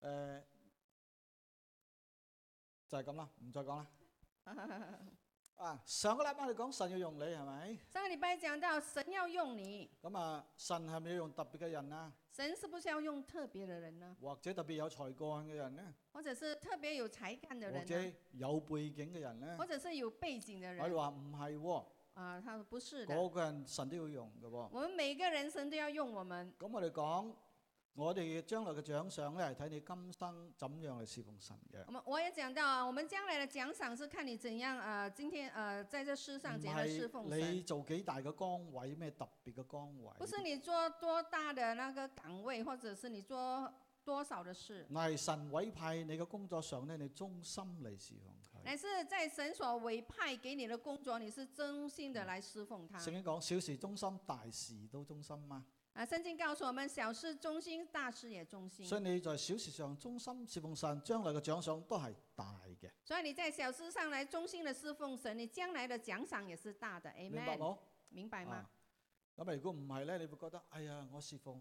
呃就係咁啦，唔再講啦。啊，上個禮拜我哋講神要用你係咪？上个礼拜讲到神要用你，咁啊，神係咪要用特別嘅人啊？神是不是要用特别的人呢？或者特別有才幹嘅人呢？或者是特别有才干的或人啊者呢？有背景嘅人呢或？者是有背景的我哋人？話唔係喎，啊，他说不是的，嗰個人神都要用嘅喎。我们每个人神都要用我们。咁我哋講，我哋將來嘅獎賞咧，係睇你今生怎樣嚟侍奉神嘅，我们我也讲到啊，我们将来的奖赏是看你怎样呃，今天呃在这世上唔怎样地侍奉係你神，做幾大嘅崗位，咩特別嘅崗不是位，你做多大的那个岗位，或者是你做多少的事，乃係神委派你嘅工作上咧，你忠心嚟侍奉佢。乃是在神所委派给你的工作，你是真心的来侍奉他聖。經講小事忠心，大事都忠心嘛。啊，圣经告诉我们，小事忠心，大事也忠心。所以你在小事上忠心侍奉神，將來嘅獎賞都係大嘅，所以你在小事上来忠心的侍奉神，你将来的奖赏也是大的。明白 Amen，冇？明白吗啊？咁如果唔係咧，你會覺得，哎呀，我侍奉，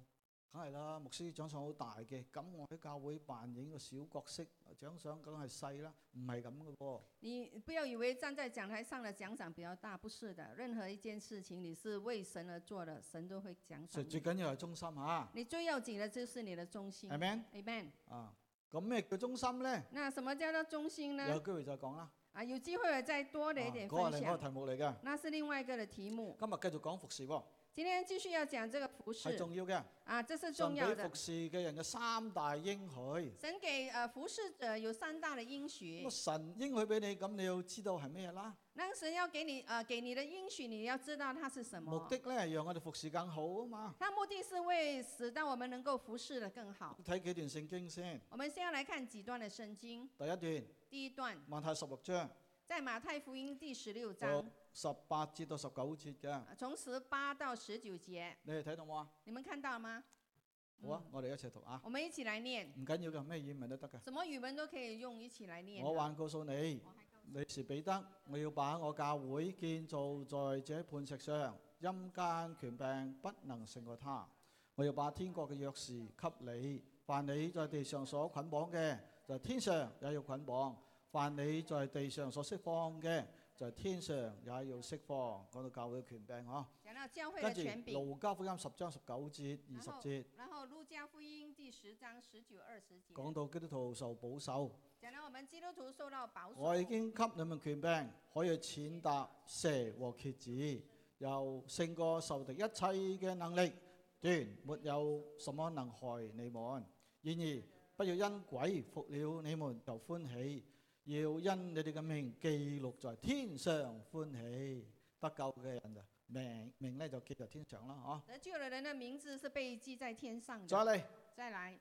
梗係啦，牧師獎賞好大嘅，咁我喺教會扮演個小角色，獎賞梗係細啦，唔係咁嘅喎。你不要以为站在讲台上的奖赏比较大，不是的。任何一件事情，你是为神而做的，神都会奖所赏以最你。緊要係忠心嚇，你最要紧的就是你的忠心係。咪？ Amen。啊，咁咩叫忠心咧？那什么叫做忠心呢有？機會再講啦。啊，有机会我再多啊的一点嗰個分另外一個享。題目嚟嘅，那是另外一个的题目。今日繼續講服侍喎，今天继续要讲这个服係饰重要嘅。啊，这是神重俾要的服。侍嘅人嘅三大應許。神给呃服侍者有三大的应许咁，神應許俾你，咁你要知道係咩啦。那神要给你呃给你的应许，你要知道它是什目么的。咧，讓我哋服侍更好啊嘛。它目的是为使到我们能够服侍的更好。睇幾段聖經先，我们先要来看几段的圣经，第一段。第一段馬太十六章在马太福音第十六到章，十八節到十九節嘅，呃从十八到十九节，你哋睇到冇啊？你们看到吗？好啊嗯，我哋一齊讀啊！我们一起来念，唔緊要嘅，咩語文都得嘅。什么语文都可以用，一起来念的。啊我還告訴你，我还告诉你是彼得，我要把我教會建造在這磐石上，陰間權柄不能勝過它。我要把天國嘅鑰匙給你，凡你在地上所捆綁嘅，在天上也要捆綁；凡你在地上所釋放嘅，在天上也要釋放。講到教會嘅權柄嗬。讲到教会跟的住权柄，路加福音十章十九節、二十節然后路加福音第十章十九二十节，講到基督徒受保守，讲到我们基督徒受到保守。我已經給你們權柄，可以踐踏蛇和蝎子，又勝過受敵一切嘅能力，斷沒有什麼能害你們。然而不要因鬼服了你們就歡喜，要因你哋嘅命記錄在天上歡喜。得救嘅人就命命咧就記在天上啦，嗬、得救的人的名字是被记在天上再的。嚟。再来，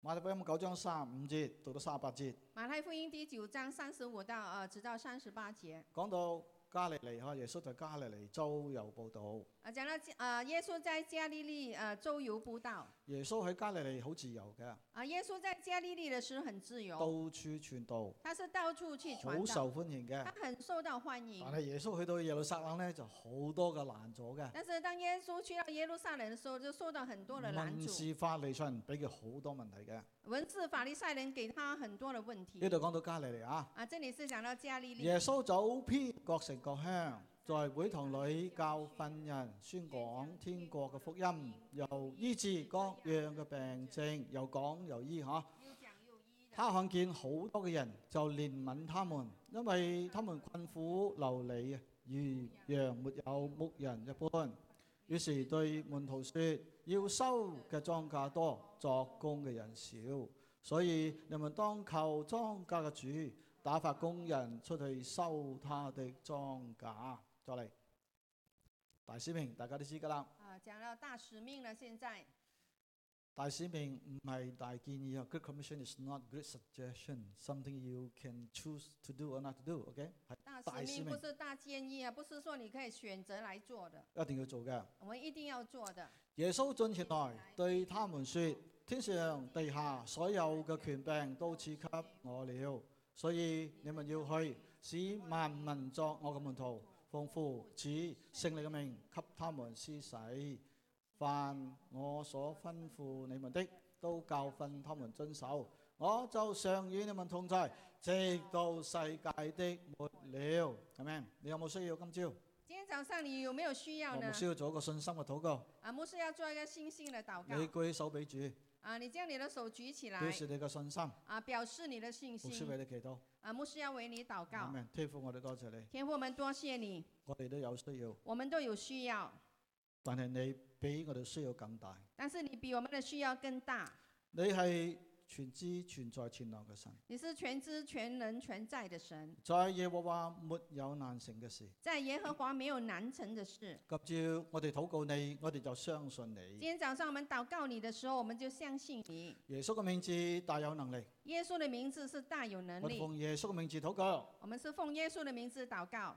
马太福音九章三五節到到三十八節，马太福音第九章三十五到呃，直到三十八节。講到加利利嗬，耶穌在加利利周遊報道。啊，讲到呃，耶稣在加利利呃周游布道。耶穌喺加利利好自由嘅，啊，耶稣在加利利的时候很自到由，處傳道，他是到处去传好道，嗯受歡迎他嘅。很受到欢迎但。係耶穌去到耶路撒冷咧，就好多嘅難阻嘅，但是当耶稣去到耶路撒冷的时候，就受到很多的拦文阻。士法利賽人俾佢好多問題嘅。文字法利赛人给他很多的问题呢。度講到加利利啊，啊，这里是讲到加利利，耶穌走遍各城各鄉，在會堂裏教訓人，宣講天國嘅福音，又醫治各樣嘅病症，又講又醫嗬。又讲又医的。他看見好多嘅人，就憐憫他們，因為他們困苦流離，如羊沒有牧人一般。於是對門徒說：要收嘅莊稼多，作工嘅人少，所以你們當求莊稼嘅主打發工人出去收他的莊稼。再嚟，大使命大家都知㗎啦。啊，讲到大使命了，现在。大使命唔係大建議啊，Great Commission is not great suggestion, something you can choose to do or not to do. OK，大大使使命命不是大建议啊，不是说你可以选择来做的，一定要做嘅。我们一定要做的。耶穌進前來對他們說：天上地下所有嘅權柄都賜給我了，所以你們要去，使萬民作我嘅門徒，奉父子聖靈嘅名給他們施洗。凡我所吩咐你們的，都教訓他們遵守。我就常與你們同在，直到世界的末了。咁樣，你有冇需要今朝？今天早上你有没有需要我呢牧？師要做一個信心嘅禱告，啊，牧师要做一个信心的祷你告。舉手俾主，啊，你将你的手举起来，表示你嘅信心。啊，表示你的信牧師心。為你祈禱。啊，牧师要为你祷告。 Amen 天父，我哋多謝你，天父，我们多谢你，我哋都有需要，我们都有需要，但係你比我哋需要更大。但是你比我们的需要更大。你係全知、全在、全能嘅神，你是全知、全能、全在的神，在耶和華沒有難成嘅事。在耶和华没有难成的事。今朝我哋禱告你，我哋就相信今你。天早上我们祷告你的时候，我们就相信你。耶穌嘅名字大有能力，耶稣的名字是大有能我哋力，奉耶穌嘅名字禱告，我们是奉耶稣的名字祷告，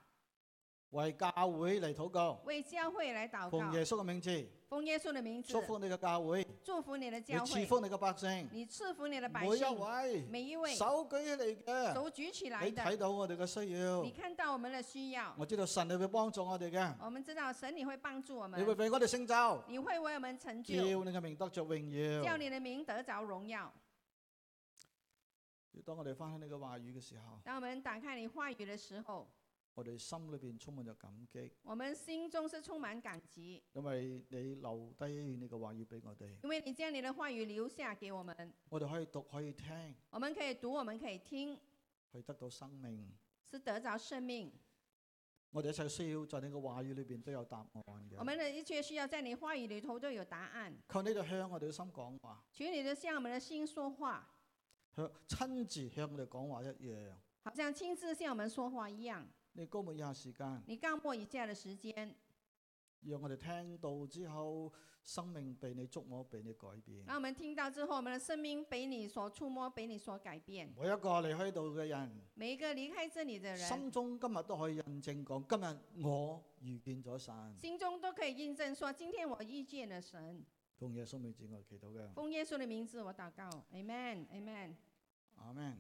為教會嚟禱告，为教会来祷奉告，耶穌嘅名字奉耶稣的名字祝福你嘅教會，祝福你的你教賜会，福你嘅百姓，你赐福你的百每一姓，位每一位手舉起嚟嘅，手举起来你睇的，到我哋嘅需要你，看到我们的需要，我知道神你會幫助我哋嘅，我们知道神你会帮助我们你，會俾我哋成就，叫你会为我们成就，你嘅名得着榮叫耀。你的名得着荣耀。當我哋翻起你嘅話語嘅時候，当我们打开你话语的时候，我哋心裏边充滿咗感激，我们心中是充满感激，因為你留低你嘅話語俾我哋，因为你将你的话语留下给我们，我哋可以讀可以聽，我们可以读，我们可以听，去得到生命。是得着生命。我哋一切需要在你嘅話語裏边都有答案我嘅。们的一切需要在你话语里头都有答案。求你哋向我哋嘅心講話，求你的向我们的心说话，向親自向我哋講話一樣。好像亲自向我们说话一样。你高末以下時間，你告末以下的时间，讓我哋聽到之後，生命被你觸摸，被你改變。让我们听到之后，我们的生命被你所触摸，被你所改变。每一個離開度嘅人，每一个离开这里的人，心中今日都可以印證講，今日我遇見咗神。心中都可以印证说：今天我遇见了神。奉耶穌名字我哋祈禱嘅。奉耶稣的名字，我祷告，Amen，Amen。阿 man，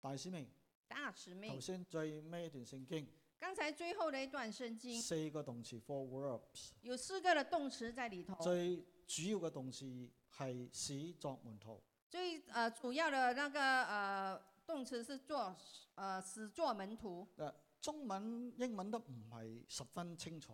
大使命大使頭命。先最尾一段聖經刚才最后的一段圣经四個動詞 four verbs，有四个的动词在里头，最主要嘅動詞係使作門徒。最呃主要的那个呃动词是做呃始做门徒。中文英文都唔係十分清楚，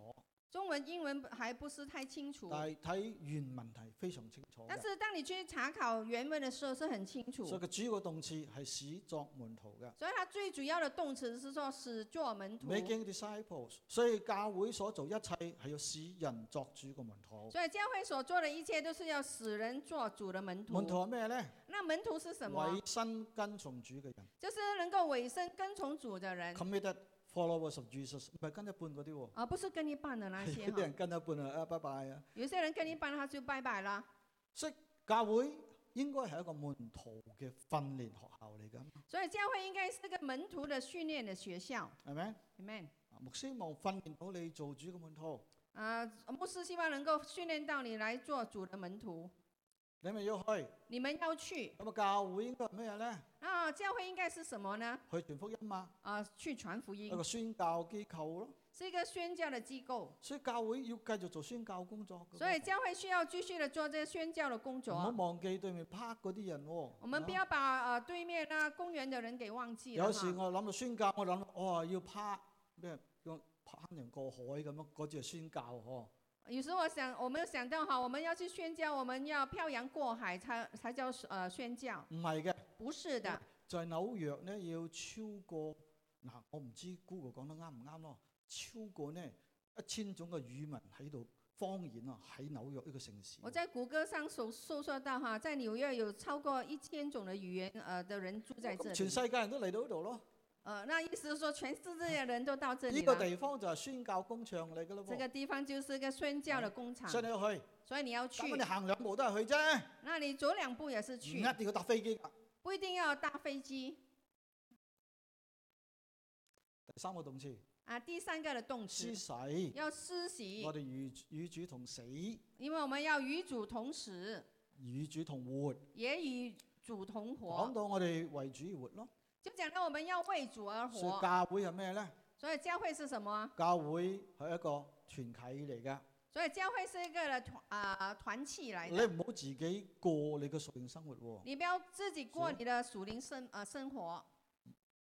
中文、英文还不是太清楚，但係睇原文係非常清楚但嘅。是当你去查考原文的时候是很清楚。所以個主要嘅動詞係使作門徒嘅。所以它最主要的动词是说使做门徒。 Making disciples，所以教會所做一切係要使人作主嘅門徒。所以教会所做的一切都是要使人做主的门徒。門徒係咩呢？那门徒是什么？啊委身跟從主嘅人就是能够委身跟从主的人， ，committed followers of Jesus，唔係跟一半嗰啲喎。而、不是跟一半的那係 些有啲哈。人跟一半啊，啊拜拜啊！有些人跟一半他就拜拜了。所以教會應該係一個門徒嘅訓練學校嚟㗎，所以教会应该是个门徒的训练的学校。係咪？ Amen。啊牧師望訓練到你做主嘅門徒，啊、牧师希望能够训练到你来做主的门徒。你咪要去。咁你们要去，啊，教會應該係咩咧？那教会应该是什么呢？去傳福音嘛，啊、去传福一音個宣教機構咯。是一个宣教的机构，所以教會要繼續做宣教工作㗎喎。所以教会需要继续的做这宣教的唔工好作。忘記對面拍嗰啲人喎。我们不要把呃对面那公园的人给忘记了啊有時哈。我諗到宣教，我諗哦要拍咩？要拍人過海咁樣，嗰啲係宣教哦嗬。有时我想，我没有想到哈，我们要去宣教，我们要漂洋过海才才叫呃宣教，唔係嘅。不是的。在紐約咧要超過嗱、我唔知 Google 講得啱唔啱咯，超過呢一千種嘅語文喺度方言啊喺紐約呢個城市。我在谷歌上搜搜索到哈，在纽约有超过一千种的语言呃的人住在这咁全里，世界人都嚟到呢度咯，呃，那意思是说全世界的人都到这呢里個了。地方就係宣教工場嚟㗎咯这喎。个地方就是个宣教的工厂所，以你要去，所以你要去咁。你行兩步都係去啫，那你走两步也是唔去，一定要搭飛機㗎。不一定要搭飞机第三個動詞，啊。第三个的动施词洗，要施洗我，哋與與主同死，因为我们要与主同死，與主同活，也与主同講活，到我哋為主而活咯。就講到我们要为主而所以活。教會係咩咧？所以教会是什么？教會係一個團體嚟㗎。所以教会是一个团啊、团契来你的，唔好自己過你嘅屬靈生活喎。你不要自己过是你的属灵生呃生活。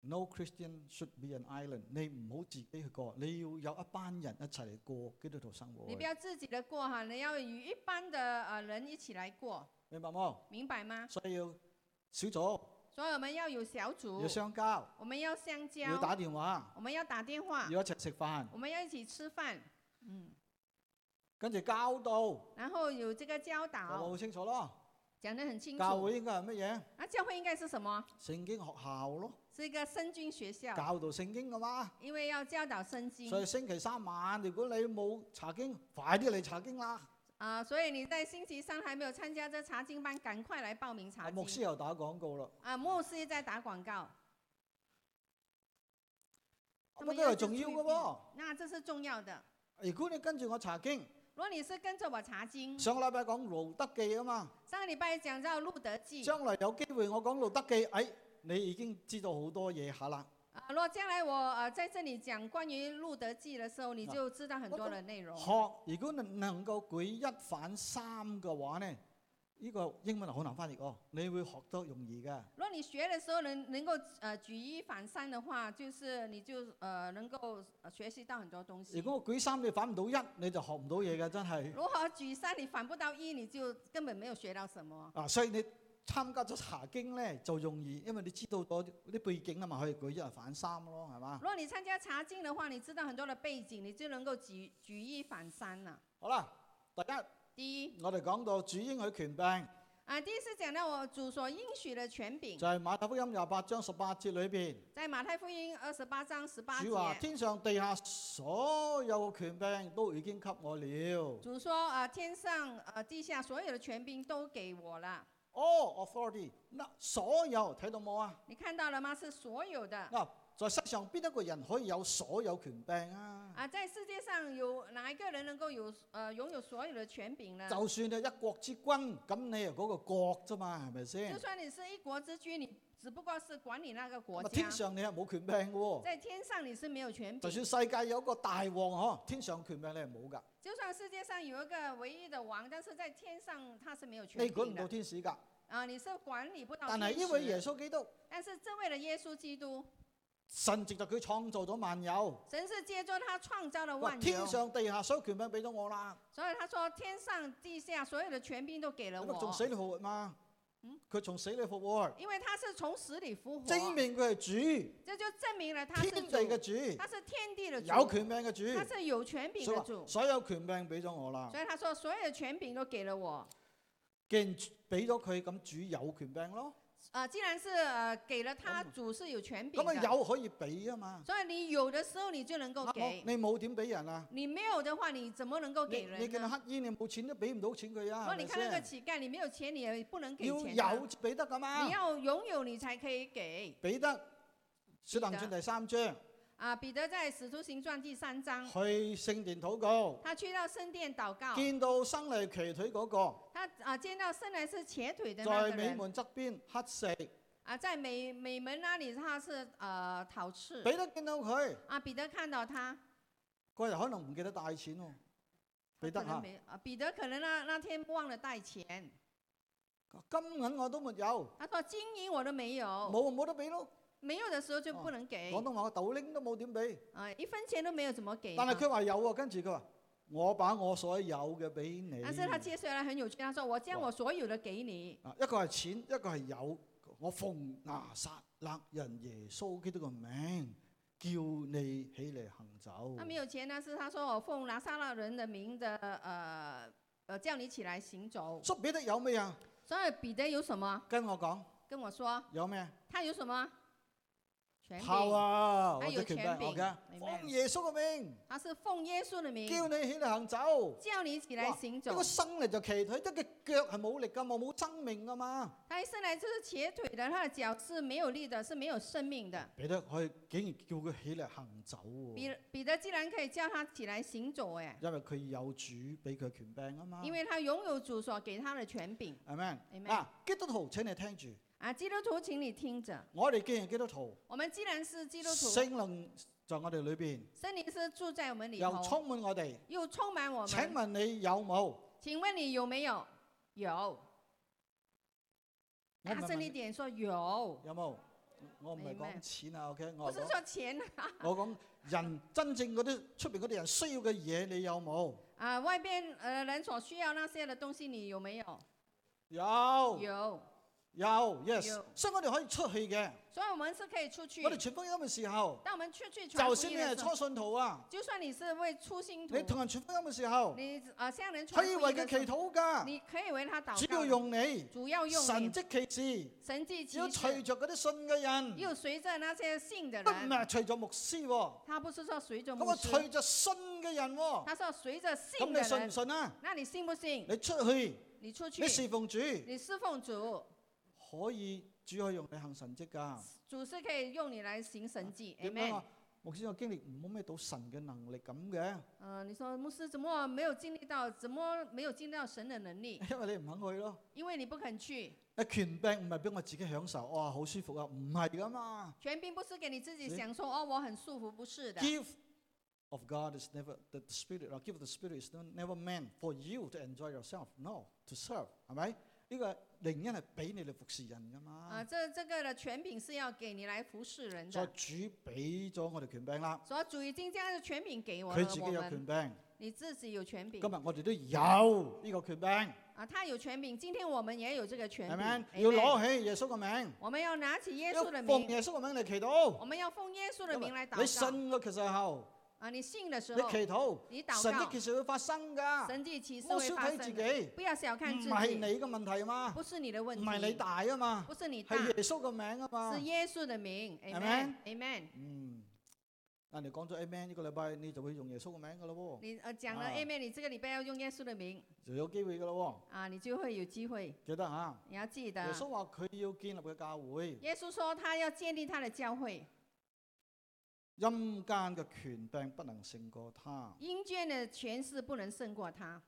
No Christian should be an island。你唔好自己去過，你要有一班人一齊嚟過基督徒生活。你不要自己的过哈，你要与一般的呃人一起来过，明白冇？明白吗？所以要小組，所以我们要有小组要，相交，我们要啊相要交，打電話，我们要打电话，要一齊食飯，我们要一起吃饭，嗯，跟住教導然后有这个教就話导，好清楚咯。讲得很啊清教楚。會應該係乜嘢？那教会应该是什么？聖經學校咯，是一个圣经学校，教導聖經噶嘛。因为要教导圣经所以星期三晚，如果你冇查經，快啲嚟查經啦。啊、所以你在星期三还没有参加这查经班，赶快来报名查阿啊牧師经。又打廣告啦。啊，牧师在打广告，咁啊呢個係重要嘅喎。那这是重要的。如果你跟住我查經，如果你是跟着我查经，上個禮拜講路德記啊嘛，上個禮拜講到路德記，將來有機會我講路德記，哎，你已經知道好多嘢下啦。啊，如果將來我呃在這裡講關於路德記的時候，你啊就知道很我多懂的內容。學如果能能夠舉一反三嘅話呢，呢、個英文好難翻譯哦，你會學得容易嘅。如果你學的時候能能夠呃舉一反三的話，就是你就呃能夠呃學習到很多東西如。果我舉三你反唔到一，你就學唔到嘢嘅，真係。如何舉三，你反不到一，你就根本沒有學到什麼。啊，所以你參加咗查經咧就容易，因為你知道咗啲背景啊嘛，可以舉一反三咯，係嘛如？果你參加查經的話，你知道很多的背景，你就能夠舉舉一反三了。好啦，第一第一我哋講到主應許權柄，啊，第一是講到我主所應許的權柄，就係、馬太福音廿八章十八節裏邊，在馬太福音二十八章十八主話：節。天上地下所有嘅權柄都已經給我了。主说啊、呃天上呃地下所有的权柄都给我了， All authority，嗱，所有睇到冇啊？你看到了吗？是所有的嗱，在世上邊一個人可以有所有權柄啊？啊，在世界上有哪一个人能够有呃拥有所有的权柄呢？就算你係一國之君，咁你係嗰個國啫嘛，係咪就先？算你是一国之君，你只不过是管理那个国咁啊家天，上你係冇權柄嘅喎。在天上你是没有权就柄。算世界有一個大王嗬，天上權柄你係冇㗎，就算世界上有一个唯一的王，但是在天上他是没有权你管柄唔到的天使㗎。啊，你是管理不到但係天因為耶使。啊穌基督，但是这位的耶稣基督，神藉着佢創造咗萬有，神是接着他創造了話万有天。上地下所有權柄俾咗我啦，所以他说，天上地下所有的权柄都给了因為啊從死我，裏復活嘛嗯，佢從死裏復活，因为他是从死里复活，證明佢係这就证明了主，他是天地嘅主，主，他是天地的主，有權柄嘅他主，是有权柄所以的話主。所有權柄俾咗我啦。所以他说，所有的权柄都给了我。既然俾咗佢，咁主有權柄咯，啊，既然是呃给了他，咁主是有权柄咁啊的，有可以俾啊嘛，所以你有的时候你就能够啱给冇，你冇點俾人啊？你没有的话，你怎么能够你给你人見到呢？乞衣，你冇錢都俾唔到錢佢啊，哦，係啊你咪看那个先？乞丐，你没有钱，你也不能给钱要有啊的，就俾得噶嘛你。要拥有你才可以给。彼得《使徒行傳》第三章，啊，彼得在《使徒行传》第三章。去聖殿禱告，他去到圣殿祷告，見到生嚟瘸腿嗰、個他啊见到生来是瘸腿的那在个美人門側邊乞食，啊，在美美门那里他是呃讨吃彼得見到佢，啊，彼得看到他，嗰日可能唔記得帶錢喎。彼他得可能嚇，没啊，彼得可能那那天忘了带钱，金銀我都沒有，他说金银我都没有，冇冇得俾咯。没有的时候就哦不能给廣東話我豆拎都冇點俾，啊，一分錢都没有怎么给嘛。但係佢話有喎，跟住佢話我把我所有嘅俾你。但是他接下来很有趣，他说我将哇我所有的给你，啊，一個係錢，一個係有。我奉拿撒勒人耶穌基督嘅名，叫你起嚟行走他。没有钱，但是他说我奉拿撒勒人的名的呃呃叫你起来行走，叔彼得有咩啊？所以彼得有什么跟我講跟我说？有咩？啊他有什么权柄？炮啊！他或有者權權柄柄我嘅，明白奉耶穌嘅名，他是奉耶稣的名叫你起嚟行走。叫你起来行呢走個。生嚟就騎腿，得嘅腳係冇力噶，冇冇生命噶嘛。他一生来就是瘸腿的，他的脚是没有力的，是没有生命的。彼得佢竟然叫佢起嚟行走喎，彼彼得竟然可以叫他起来行走，哎，因為佢有主俾佢權柄啊嘛因。为他拥有主所给他的權柄。係咪？ Amen 嗱，基督徒請你聽住，啊，基督徒，请你听着，我哋既然基督徒，我们既然是基督徒，聖靈在我哋裏边，圣灵是住在我们里又头，充滿我哋。又充满我請们。問你有冇？请问你有没有？有，我唔大係声問一你点说有，有冇？我唔係講 Amen 錢啊，OK，不哦我係是講说钱我講人真正嗰啲出边嗰啲人需要嘅嘢，你有冇？啊，外边呃人所需要那些的东西，你有没有？有有，有，yes 有。所以我哋可以出去嘅。所以我们是可以出去我。哋傳福音嘅時候，当我们出去传就福算音你的係时初候，信徒啊，就算你是为初心徒你，同人傳福音嘅時候，你啊向人传可以福音為的佢时祈候，禱㗎，你可以为他只祷要告，用你，主要用神你蹟奇神迹事，要奇隨事，着嗰啲信嘅人，又随着那些信的都唔人，係隨着牧師喎，他不是说随着咁啊牧师，隨着信嘅人喎，他说随着咁信的你信唔人。信啊？那你信不信？你出去，你出去你，侍奉主，你侍奉主，可以主可以用你行神蹟㗎。主是可以用你来行神迹點解，amen 啊。？牧師我經歷冇咩到神嘅能力咁嘅， 呃，你说牧师怎么没有经历到，怎么没有经历到神的 能力？因為你唔肯去咯。因为你不肯去，啊，權柄唔係俾我自己享受，哇，好舒服啊，唔係㗎嘛。权柄不是给你自己是享受哦，我很舒服，不是的。 Give of God is never the spirit. Or give of the spirit is never meant for you to enjoy yourself. No, to serve 係咪？呢個靈恩係俾你嚟服侍人㗎啊，嘛。这这个的权柄是要给你来服侍人所以的。主俾咗我哋權柄啦，所以主已經將这权柄给我佢了，自己我有们權柄。你自己有权柄今日我哋都有呢個權柄，啊，他有权柄，今天我们也有这个权係柄咪？ ，amen 要攞起耶穌嘅名，我们要拿起耶要稣的奉名，耶穌嘅名嚟祈禱。我们要奉耶稣的因為名来祷你告信嘅其實後，啊，你信的时你候，祈禱，你祷神蹟告其，實會發生㗎。神迹奇事冇会小发睇自生的，己，不要小看唔自係己，你嘅問題嘛，不是你的问唔係你题，大啊嘛，不是你大係，耶穌嘅名啊嘛是。耶稣的名 Amen ，amen，amen。嗯，但你講咗 Amen 呢個禮拜，你就會用耶穌嘅名噶咯你呃讲了啊 amen，你这个礼拜要用耶稣的名喎，就有機會噶咯啊，你就会有机会，喎，記得嚇。你要记得耶啊。穌話佢要建立嘅教會，耶稣说他要建立他的教会，陰間嘅權柄不能勝過他。阴间的权势不能胜过他。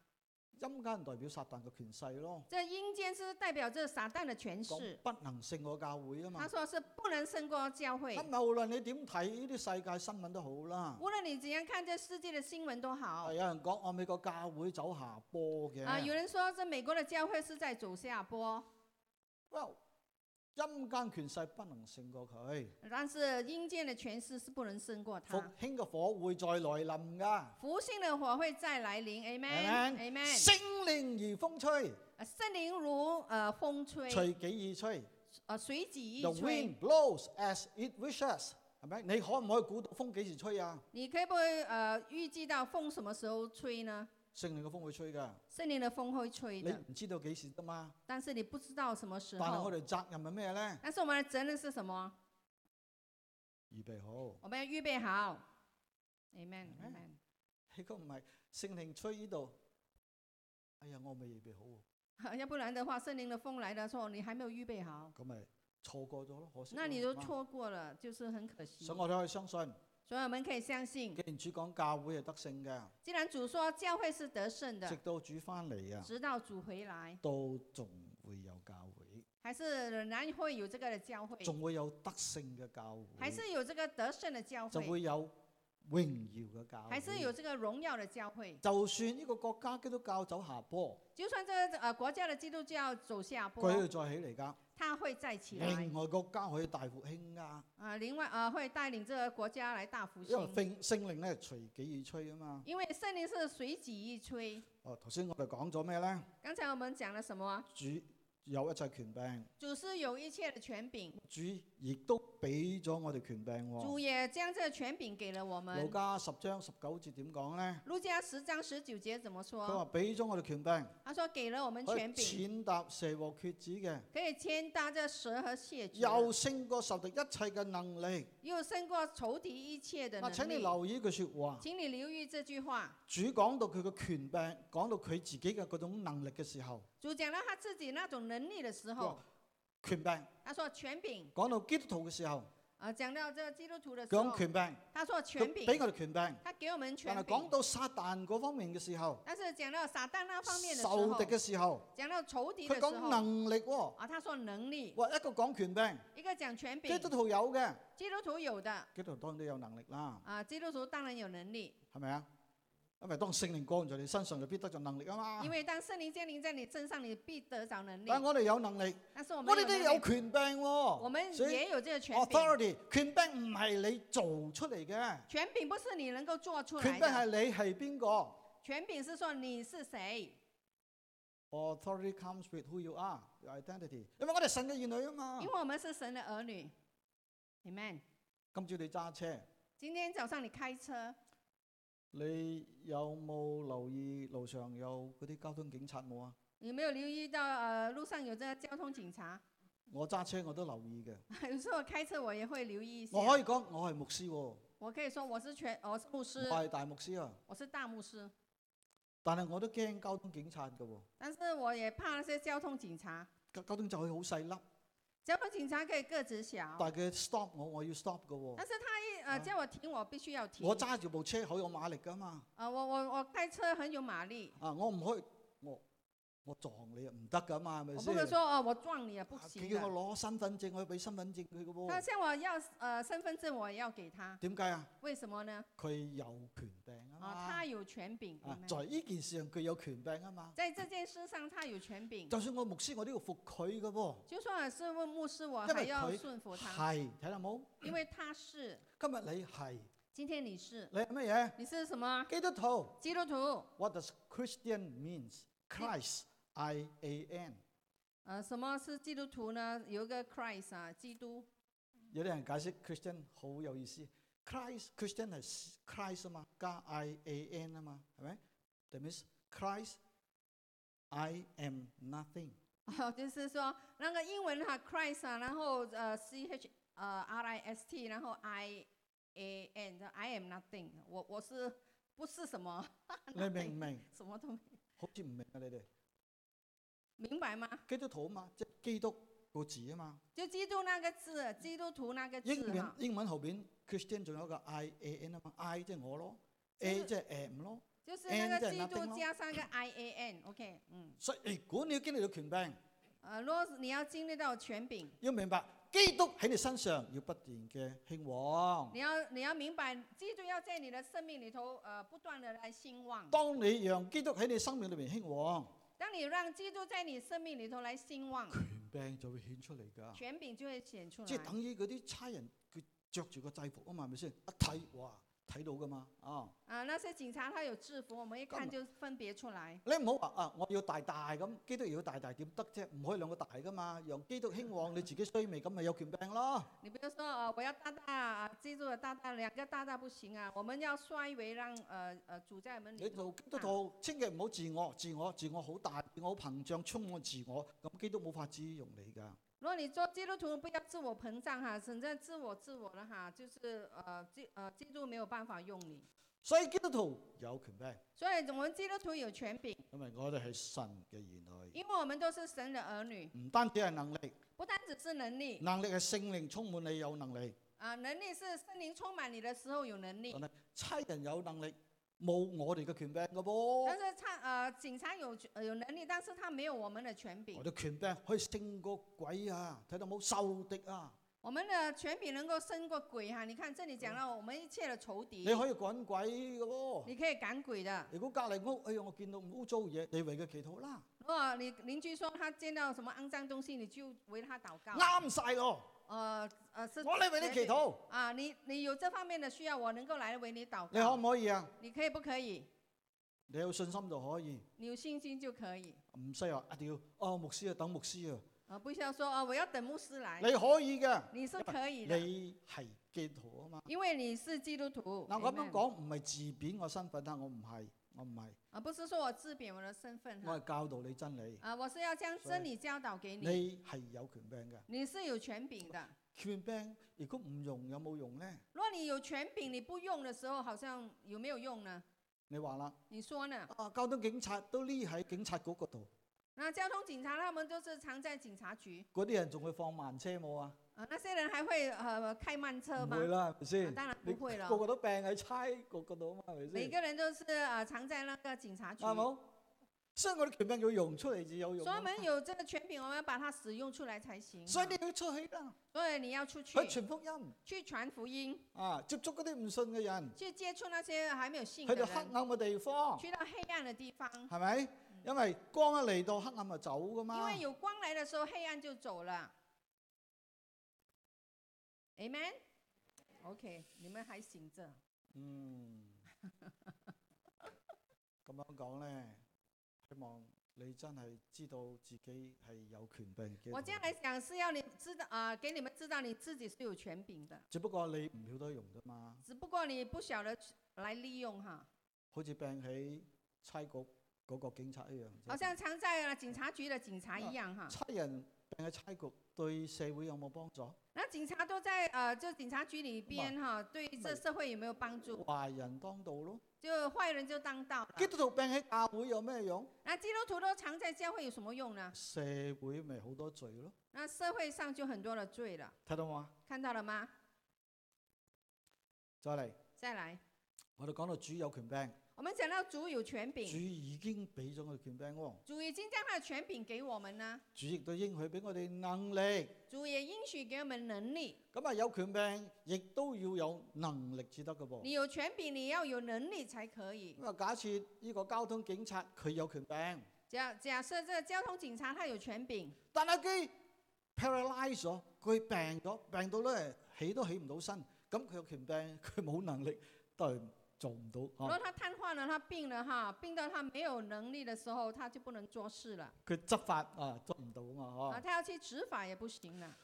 陰間代表撒旦嘅權勢咯，这阴间是代表着撒旦的权講势。不能勝過教會啊他嘛。说是不能胜过教会咁。無論你點睇呢啲世界新聞都好啦，无论你怎样看这世界的新闻都好啊係有人講我美國教會走下坡嘅。啊，有人说这美国的教会是在走下坡， Well，陰間權勢不能勝過佢，但是阴间的权势是不能胜过復他。興嘅火會再來臨㗎。福星的火会再来临 Amen ，amen，amen。聖靈如風吹，呃圣灵如呃风吹，隨己意吹。呃随己 The 一吹。 wind blows as it wishes，係咪？你可唔可以估到風幾時吹啊？你可不可以呃预计到风什么时候吹呢？聖靈嘅風會吹㗎，圣灵的风会你吹的，唔知道幾時㗎嘛？但是你不知道什么时但係我候。哋責任係咩咧？但是我们的责任是什么？預備好，我们要预备好。Amen Amen Amen。如果唔係聖靈吹呢度，哎呀，我未預備好喎， 要不然的话，圣灵的风来的时候，你还没有预备好，咁咪錯過咗咯，可惜咯。那你就係嘛错过了，就是很可惜。所以我哋可以相信，所以我们可以相信既，然主講教會係得勝嘅。既然主说教会是得胜直的，到主翻嚟啊，直到主回来，都仲會有教會，还是仍然会有这个的教会，仲會有德性嘅教还會，是有这个得胜的教就会，會有榮耀嘅教还是有會。这个榮耀的教会。就算呢個國家基督教走下坡，就算这个呃国家的基督教走下佢坡要，再起嚟㗎。它会再起来。另外國家可以大復興㗎，啊，另外啊，会带领这个國家来大复因為兴，聖聖靈咧隨己而吹啊嘛。因为圣灵是随己一吹。哦，頭先我哋講咗咩咧？刚才我們講了什麼啊？主有一切權柄，主是有一切的權柄，主亦都俾咗我哋權柄主喎。也將這權柄給了哦我路們。加十章十九節點講咧？路加十章十九节怎么佢说？話俾咗我哋權柄。他说给了我們可以權踐柄，踏蛇和蝎子嘅，可以牵搭这蛇和蟹子，又勝過仇敵一切嘅能力。又胜过仇敵一切的嗱，請能你力。留意句说話，请你留意這句話。主講到佢嘅權柄，講到佢自己嘅嗰種能力嘅時候，主講到他自己那種能力的時候，權柄他說權柄；講到基督徒嘅時候，啊，讲到这个基督徒的时候講，權柄，他说权佢柄，俾我哋權柄。他给我们权但係講柄。到撒旦嗰方面嘅時候，但是讲到撒旦那方面的时仇候敵，嘅時候，讲到仇敌佢的时講候，能力喎，啊，他说能力，哇一個講權柄，一个讲权柄基，督徒有嘅，基督徒有的基督徒當然都有能力啦，啊，基督徒當然有能力，係咪啊？因為當聖靈降在你身上，就必得着能力啊啊嘛因。为当圣灵降临在你身上，你必得着能力但。係我哋有能力，但是我我们哋都能力有權柄喎。我们所以哦也有这个权柄， authority 權柄唔係你做出嚟嘅，权柄不是你能够做出權来柄的係，你係邊個权柄是说你是谁。 ？Authority comes with who you are, your identity。因為我哋神嘅兒女啊嘛因。为我们是神的儿女。Amen。今朝你揸車，今天早上你开车，你有冇留意路上有嗰啲交通警察冇啊？有没有留意到呃路上有这个交通警察？ 我揸車我都留意嘅。有时候开车我也会留意一下。我可以講我係牧師喎，我我可以说我是全，我是牧师，係大牧師啊，我是大牧师，但係我都驚交通警察嘅喎。但是我也怕那些交通警察。交交通就佢好細粒，啊交通警察可以个子小，但係佢 stop 我，我要 stop 嘅喎。但是他一啊呃叫我停，我必须要停。我揸住部車好有馬力㗎嘛。啊，我我我开车很有马力，啊，我唔可以，我我撞你啊，唔得噶嘛，係咪我先不？能说哦，我撞你啊，不啊行佢叫的。我攞身份證，我要俾身份證佢嘅喎。他向我要呃身份证，我也要給他，點解啊？为什么呢？佢有權柄啊啊，嘛。他有权柄，啊， Amen 在呢件事上佢有權柄啊嘛。在这件事上他有权柄。就算我牧師，我都要服佢嘅喎。就算我是问牧师，我因还为要佢顺服他，係睇到冇？因为他是。今日你係今天你是你係乜嘢？你是什么基督徒。基督徒？ What does Christian means? Christ, I A N。呃，什么是基督徒呢？有一个 Christ 啊，基督。有啲人解釋 Christian 好有意思。Christ Christian 係 Christ 啊嘛，加 I A N 啊嘛，係咪？That means Christ I am nothing。哦，就是说那个英文哈、Christ 啊，然后呃 C H 呃 R I S T，然后 I A N 的 I am nothing，我我是不是什么你明唔明？什么都没好似唔明啊！你哋明白吗？基督徒啊嘛，即係基督個字啊嘛。就基督那个字，基督徒那个英字文哈，英文後邊 Christian 仲有一個 I A N 啊嘛，I 即係我咯即，A 是即係 am 咯。就是那 and 个在基那督边咯加上一个 I A N，OK，、嗯，所以如果你要經歷到權柄，呃，如果你要经历到权柄，要明白基督喺你身上要不斷嘅興旺。你要你要明白，基督要在你的生命里头呃不断的来兴旺。當你讓基督喺你生命裏面興旺，当你让基督在你生命里头来兴旺，權柄就會顯出嚟㗎。权柄就会显出即係来。等於嗰啲差人佢着住個制服啊嘛，係咪先？一睇哇，睇到㗎嘛啊！啊，那些警察他有制服，我们一干看嘛就分别出来。你唔好話啊，我要大大咁，基督要大大點得啫？唔可以兩個大㗎嘛，讓基督興旺，你自己衰微咁咪有權柄咯。你比如说，呃，我要大大，啊，记住了，大大两个大大不行啊，我们要衰微让呃呃主在我们你里头。做基督徒千祈唔好自我，自我自我好大，自我好膨脹，充滿自我，咁基督冇法子用你㗎。如果你做基督徒，不要自我膨胀哈，真正自我自我了哈，就是呃基呃基督没有办法用你。所以基督徒有權柄，所以我们基督徒有权柄，因為我哋係神嘅兒因为我们都是神的儿女，女，唔單止係能力。不单只是能力能力係聖靈充滿你有能力，啊、能力是圣灵充满你的时候有能力，差人有能力，冇我哋嘅權柄嘅但噃。是他呃警察有呃有能力，但是他没有我们的权柄我。哋權柄可以勝過鬼啊！睇到冇仇敵啊！我们的权柄能够胜过鬼哈！你看这里讲到我们一切的仇敌，嗯你可以趕鬼嘅喎。你可以赶鬼的。如果隔離屋，哎呀，我見到污糟嘢，你為佢祈禱啦，如果你邻居说他见到什么肮脏东西，你就为他祷告。啱晒咯！呃呃是我嚟為你祈禱，啊，你你有这方面的需要，我能够来为你祷你可告。唔可以啊？你可以不可以？你有信心就可以，你有信心就可以，唔需要話一定要哦，牧師啊，等牧師啊，啊，不需要说啊，我要等牧师来你。可以嘅，你是可以的，你係基督徒啊嘛。因为你是基督徒。嗱，我咁樣 Amen 講唔係自貶我身份啊，我唔係，我唔係，啊，不是说我自贬我的身份我哈，係教導你真理。啊，我是要将所以真理教导给你，你係有權柄嘅，你是有权柄的。權柄如果唔用有冇用呢？如果你有权柄，你不用的时候，好像有没有用呢？你話啦，你说呢？啊交通警察都匿喺警察局嗰度，那交通警察他们都是藏在警察局，嗰啲人仲會放慢車冇啊？啊，那些人还会呃开慢车唔吗？會啦，係咪啊先？当然你不会了個。個都病喺差局嗰度啊嘛，係咪每先？个人都是呃藏在那个警察局。啱冇？所以我哋權柄要用出嚟至啊有用所以我啊。们有这个权柄，我们要把它使用出来才行。所以哈你要出去啦，所以你要出去去傳福音去传福音，啊，接觸嗰啲唔信嘅人，去接触那些还没有信去的到黑暗人，嘅地方，去到黑暗的地方。係咪？因為光一嚟到，黑暗就走噶因嘛为。有光来的时候，黑暗就走了。Amen。OK，你们还醒着。嗯， 咁樣講咧，希望你真係知道自己係有權柄嘅。我这样来讲是要你知道啊、给你们知道你自己是有权柄的，只不過你唔曉得用啫嘛。只不过你不晓得去来利用哈。好似病喺差局嗰個警察一樣啫。好像藏在啊警察局的警察一样哈。差人病喺差局對社會有冇幫助？那警察都在呃，就警察局里边哈，对这社会有没有帮助？壞人當道咯。就坏人就当道基了。督徒病喺教會有咩用？那基督徒都藏在教会有什么用呢？社會咪好多罪咯。那社会上就很多的罪了，睇到啊嘛？看到了吗？再嚟，再來，我哋講到主有權柄，我们讲到主有權主柄，已經俾咗我哋權柄喎，主已經將他的權柄給我們啦，主亦都應許俾我哋能力。主也應許給我們能力。咁啊，有權柄亦都要有能力至得嘅你噃。有權柄，你要有能力才可以。咁啊，假設呢個交通警察佢有權柄，假假設這個交通警察他有權柄，但係佢 paralyze 咗，佢病咗，病到咧起都起唔到身，咁佢有權病， 佢冇能力都係做唔到啊如果他癱瘓了，他病了哈，病到他沒有能力的時候，他就不能做事了，佢執法啊執唔到啊嘛啊，啊，他要去執法也不行了。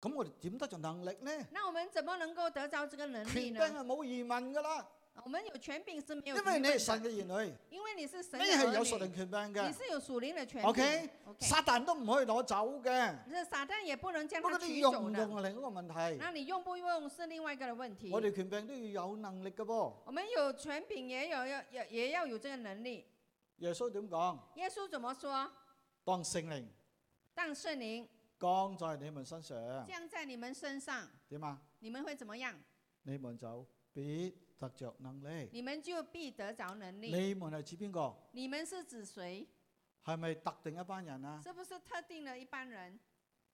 咁我哋點得着能力呢？那我們怎麼能夠得到這個能權力柄呢？係冇疑問噶啦，我們有權柄是沒因有疑為你係神嘅問的，兒女，因為你是神你的係有兒屬女靈，權柄你嘅，是有屬靈的權柄。啊 OK？ OK 撒旦都唔可以攞走嘅。这撒旦也不能将不過它你取用走唔用的。係另一個問題。那你用不用是另外一个的问题。我哋權柄都要有能力嘅噃。我们有权柄，也有要也也要有这个能力。耶穌點講？耶稣怎么说？當聖靈当圣灵降在你們身上，降在你们身上，點啊？你们会怎么样？你們就必得着能力。你們就必得着能力。你們係指邊個？你們是指谁？係咪特定一班人啊？是不是特定的一般人？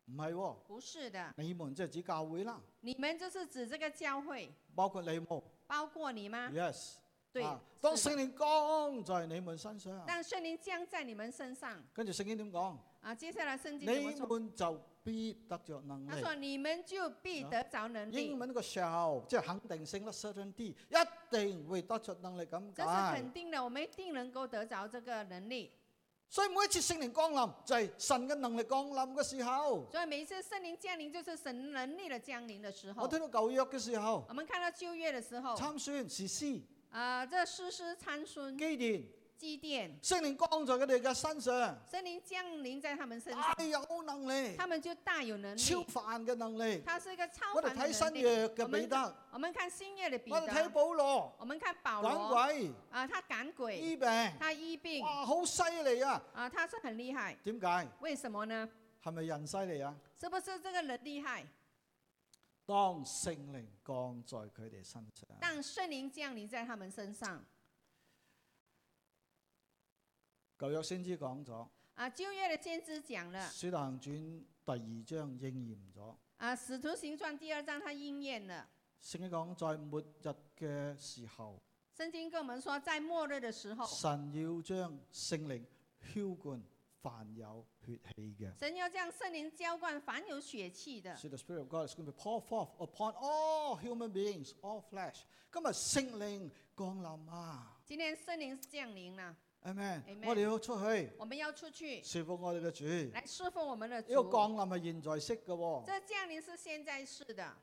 唔係喎，不是的，你們即係指教會啦，你们就是指这个教会，包括你冇。包括你吗？ Yes，对啊。當是聖的靈降在你們身上，当圣灵降在你们身上跟住聖經點講？啊，接下来圣经怎么你说？們就必得着能他力。说：你们就必得着能力。英文個 shall 即係肯定性啦，certainty 一定會得着能力咁这是解肯。定的，我们一定能够得着这个能力。所以每一次聖靈降臨就係神嘅能力降臨嘅時候。所以每一次圣灵降临，就是神能力的降临的时候我。睇到舊約嘅時候，我們看到旧约的时候，參孫、士師、啊、这诗师参孙基甸，祭奠，聖靈降在佢哋嘅身上，圣灵降临在他们身上大，有能力，他们就大有能啊超力。凡嘅能力。他是一个超我哋凡的睇能新力。約嘅彼得，我們看新约的彼我哋睇得，保羅我們看趕保罗，鬼啊、他赶鬼，醫病，他医病，啊、哇，好犀利啊！他是很厉害。點解？为什么呢？係咪人犀利啊？是不是这个人厉害？當聖靈降在佢哋身上。当圣灵降临在他们身上，舊約先知講咗，啊，旧约的先知讲《了，使徒行傳》第二章應驗咗。啊，《使徒行傳》第二章它应验了。聖經講在末日嘅時候，圣经跟我们说，在末日的时候，神要將聖靈浇灌凡有血氣嘅。神要将圣灵浇灌凡有血气的。 So the Spirit of God is going to be poured forth upon all human beings, all flesh。今日聖靈降臨啊今天圣灵降临了， ，Amen。 Amen 我哋要出去我们要出去侍奉我哋嘅主。呢来侍奉我们的主。個降臨係現在式嘅喎这降临是现在式的，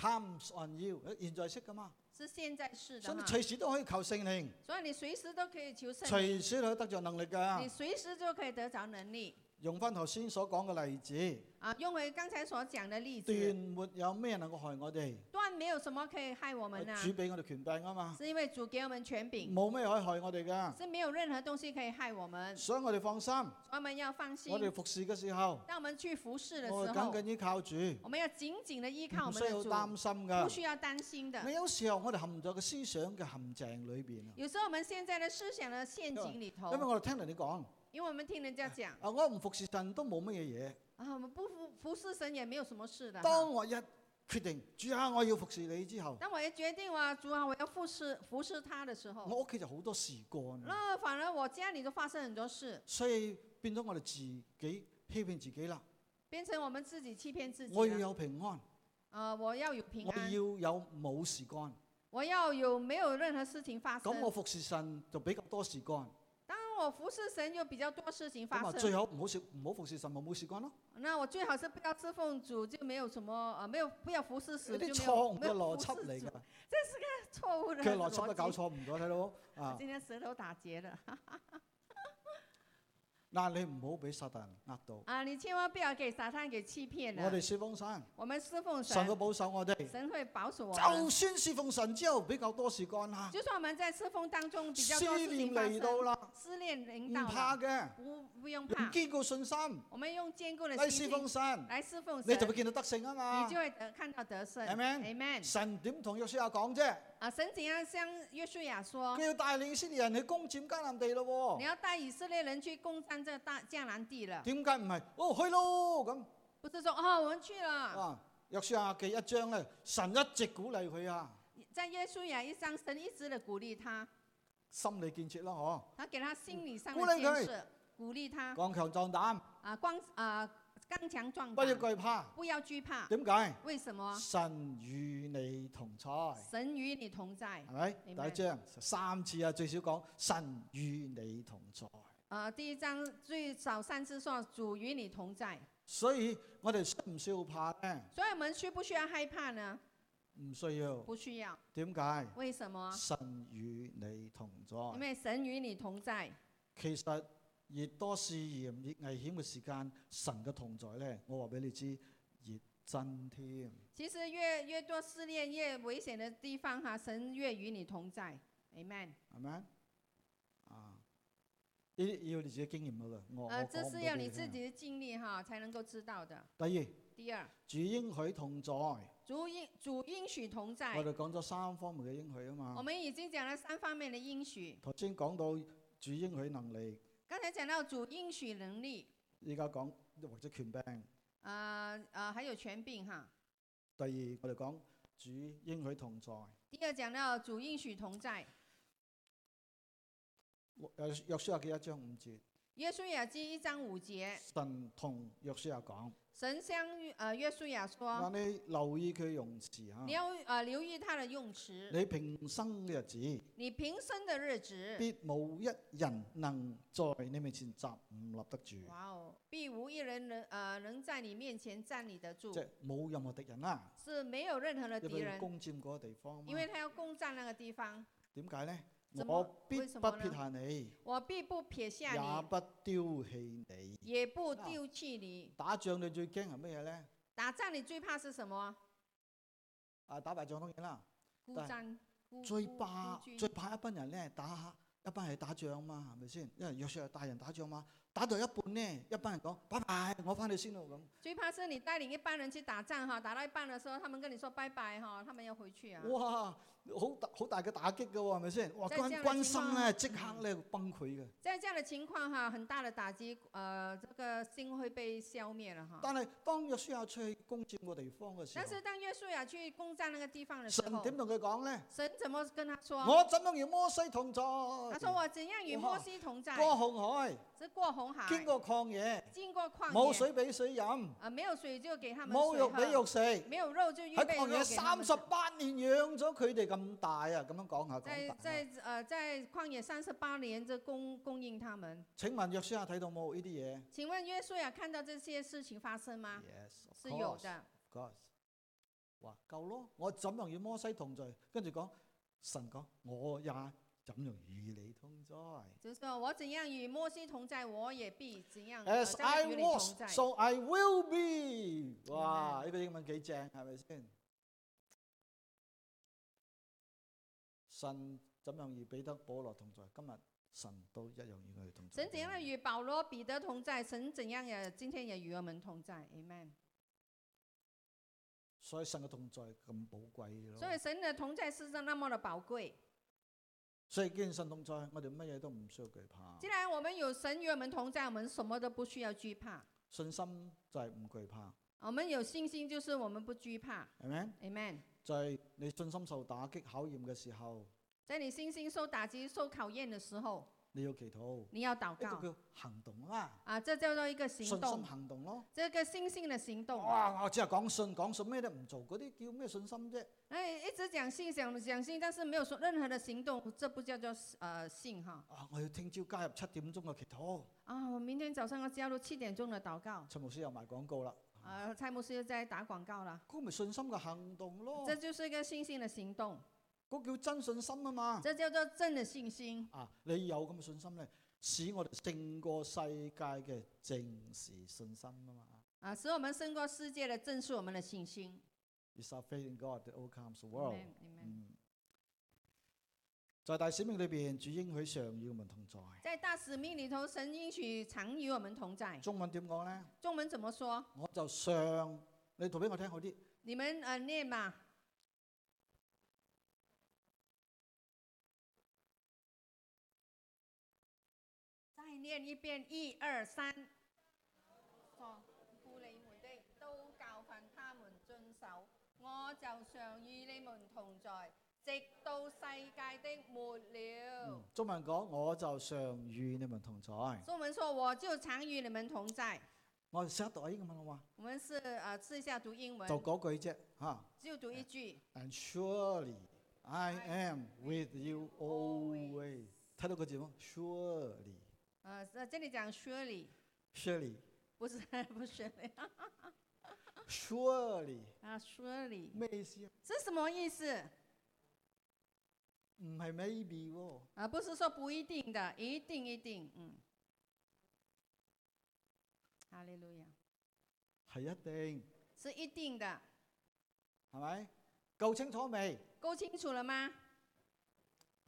，comes on you，誒現在式噶嘛，是现在式所的以你哈。隨時都可以求聖靈，所以你随时都可以求圣灵，隨時都可以得着能力㗎你。随时就可以得着能力。用翻頭先所講嘅例子，啊，用回刚才所讲的例斷子，沒有咩能夠害我哋，断没有什么可以害我们啊，主俾我哋權柄啊嘛，是因为主给我们权柄，冇咩可以害我哋噶，是没有任何东西可以害我们，所以我哋放心，所以我们要放心我。哋服侍嘅時候，当我们去服侍的我时哋緊候，緊依靠主，唔我们要紧紧的依靠我们需的要主，擔心不噶。需要担心的你。有時候我哋陷在個思想嘅陷阱裏邊啊，有时候我们现在的思想的陷阱里因為头，我哋聽人哋講，因为我们听人家讲啊我唔服侍神都冇乜嘢啊，我们不服服侍神也没有什么事的嘢。哈。當我一決定主啊，我要服侍你之後，当我也决定我主啊，我要服侍服侍他的时候，我屋企就好多事幹啊，那反而我家里就发生很多事，所以變咗我哋自己欺騙自己啦。变成我们自己欺骗自己我要了。有平安，呃，我要有平我要安，有冇事幹。我要有没有任何事情发咁我生。服侍神就比較多事幹。当我服侍神，有比较多事情咁啊，发最生。好唔好事，唔好服侍神，咪冇事幹咯。那我最好是不要侍奉主，就没有什么呃，没有不要服侍呢神，就啲没錯有誤没嘅有邏服輯侍嚟主㗎，，错 误的佢邏輯都搞逻辑。錯唔咗， 睇到冇啊！今天舌头打结了嗱，你唔好俾撒旦呃到。啊！你千万不要给撒旦给欺骗我哋了。侍奉神，我们侍奉神嘅神，保守我哋。神会保守我们。就算侍奉神之後，比較多事幹啦，就算我们在侍奉当中比较思多事念情发嚟到生，啦，思念唔领导怕了，嘅，不不用用怕，堅固信心我们用坚固的嚟侍心奉情神，来侍奉神，你就會見到得勝啊你就嘛。会得看到得胜。 Amen Amen。神點同約書亞講啫？啊，神怎样向约书亚说佢？要帶領以色列人去攻佔迦南地咯你喎。要带以色列人去攻占这大迦南地了，點解唔係？哦，去咯咁不是说哦，我们去了。啊！約書亞記一章咧，神一直鼓勵佢啊，在约书亚一章，神一直的鼓励他，心理建設啦，嗬，他给他心理上鼓的励建佢设，鼓励他剛強壯膽，啊，光啊，刚强壮不要胆，懼怕。啊不要惧怕。點解？为什么？神與你同在。神与你同在。系咪？第 Amen 一章三次啊，最少講神與你同在，呃，第一章最少三次说主与你同在，所以我哋需唔需要怕呢？所以我们需不需要害怕呢？唔需要，不需要，點解？为什么？神與你同因在。为神与你同在。其實越多試驗、越危險嘅時間，神嘅同在呢，我話俾你知，越真添。其实越越多试炼，越危险的地方哈，神越与你同在。Amen。係咪？啊，呢啲要你自己經驗噶啦，哦我我呃，这講唔到是俾要你你自聽己的经历哈才能够知道的。第二，第二，主應許同在，我主应主应许同在。哋講咗三方面嘅應許啊嘛我。们已经讲了三方面的应许，頭先講到主應許能力，刚才讲到主应许能力，依家講或者權柄。呃呃，还有权柄哈。第二，我哋講主應許同在。第二讲到主应许同在。約約書亞記一章五節，耶稣雅记一章五节，神同約書亞講。神相遇呃约书亚说嗱，：你留意佢用詞啊你！要呃留意他的用词，你平生嘅日子，你平生的日子，必冇一人能在你面前站唔立得住，哇哦，必无一人能呃能在你面前站立得住即，係冇任何敵人啦。是没有任何的因敌為要人，攻佔嗰個地方嘛因。为他要攻占那个地方。點解呢？怎麼我必為什不麼呢撇下你，我必不撇下也你，不丟棄你。也不丢弃你。打仗你最驚係乜嘢呢？打仗你最怕是什么？啊，打敗仗當然啦。孤但战，孤最孤怕孤軍最怕一班人咧打一班人打仗嘛，係咪先？因為約書亞帶人打仗嘛，打到一半咧，一班人講拜拜，我翻去先咯咁。最怕是你带领一帮人去打仗哈，打到一半的时候，他们跟你说拜拜哈，他们要回去啊。哇，好大好大嘅打擊嘅喎，係咪先？哇，即係軍即係軍你心希咧望即刻咧崩潰嘅。在这样的情况哈，很大的打击，呃，这个心会被消灭了哈。但係當約書亞出去攻佔個地方嘅時但是候，当约书亚去攻占那个地方的时啊神候，點同佢講咧？神怎么跟他说？我怎樣與摩西同在？他说：“我怎样与摩西同在？過紅海，是过红海，經過曠野，经過冇旷野，水俾水飲，啊，没有水就给他们冇肉俾水喝，肉食。没有肉就预喺备曠肉野给他三们十吃。八年養咗佢哋咁大啊，咁樣講下在講大啊。在呃，在旷野三十八年，这供供应他们。請問約書亞睇到冇呢啲嘢请问约书亚看到这些事情发生吗？ ？Yes，of 是有的。 course，of course。話夠咯，我怎樣與摩西同罪？跟住講神講，我也怎容與你同在？就是说我怎样与摩西同在，我也必怎样呃 As 这 I 样与你 was, 同在。 so I will be。哇！ Amen 呢個英文幾正，係咪先？神怎樣與彼得、保羅同在？今日神都一樣與我哋同在。神怎样与保罗、彼得同在，神怎样也今天也与我们同在，Amen。所以神嘅同在咁寶貴咯。所以神的同在是那么的宝贵。所以既然神同在，我哋乜嘢都唔需要懼怕既。然我们有神与我们同在，我们什么都不需要惧怕。信心就係唔懼怕，我们有信心，就是我们不惧怕係咪？ ，Amen。就係你信心受打擊、考驗嘅時候，在你信心受打击、受考验的时候，你要祈禱。你要祷呢告個叫行動啊嘛，啊，这叫做一个信行心动，行動咯。这个信心的行动。哇！我只係講信，講信咩都唔做，嗰啲叫咩信心啫？哎，一直讲信，讲讲信，但是没有说任何的行动，这不叫做呃信哈。啊！我要聽朝加入七點鐘嘅祈禱。啊，我明天早上要加入七点钟的祷告。陳牧師又賣廣告啦，啊，蔡牧师又在打广告了，嗰咪信心嘅行動咯这，就是一个信心的行动，嗰叫真信心啊嘛。这叫做真的信心。啊！你有咁嘅信心咧，使我哋勝過世界嘅正是信心啊嘛。啊，使我们胜过世界的，正是我们的信心。 It's our faith in God that overcomes the world。 Amen, amen 嗯，在大使命裏邊，主應許常與我們同在。在大使命里头，神应许常与我们同在。中文點講咧？中文怎么说？我就上，你讀俾我聽好啲。你们呃念吧。再念一遍，一二三。哦，故你们的都教训他们遵守，我就常与你们同在，直到世界的末了嗯。中文講我就常與你們同在。所以我们说，我就常与你们同在。我識得讀英文啦嘛，我们是呃试一下读英文就，嗰句啫嚇。就读一句。 And surely I am with you always。睇到個字冇？Surely，surely，呃，这这里讲 surely，不是 不是 surely 啊，surely 咩意思啊？这什么意思？唔係 maybe 喎，啊，不是说不一定的，一定一定，嗯。哈利路亚，係一定，是一定的，係咪？夠清楚未？够清楚了吗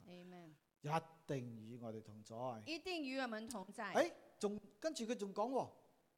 ？Amen，一定與我哋同在。一定与我们同在。誒，仲跟住佢仲講喎，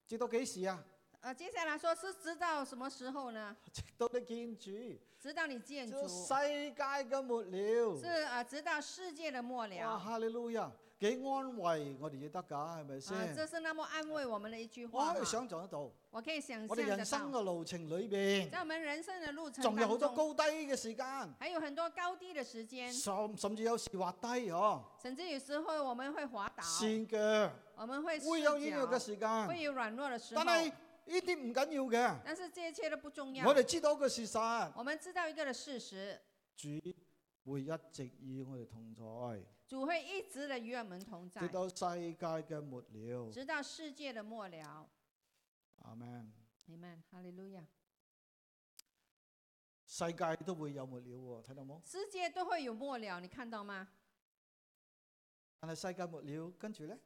直到幾時啊？ 呃，接下来说是直到什么时候呢？直到你見主。直到你见主就，世界嘅末了。是呃，直到世界的末了。哇，啊，哈利路亞，幾安慰我哋要得㗎，係咪这先？是那么安慰我们的一句我话可以哈。想像得到，我可以想我象哋得人生到，嘅路程裏邊，在我们人生的路程仲有好当多中，高低嘅時間，还有很多高低的时间，甚甚至有時滑低嗬，甚至有时候我们会滑倒。跣腳，我们会會视有軟弱嘅角時会間，有软弱的时候但，係呢啲唔緊要嘅。但是这一切都不重要。我哋知道一個事實，我们知道一个的事实，主會一直與我哋同在，主会一直的与我们同在直，到世界嘅末了。直到世界的末了。阿 man，你们哈利路亚，世界都會有末了喎，睇到冇？世界都会有末了，你看到吗？但係世界末了，跟住咧。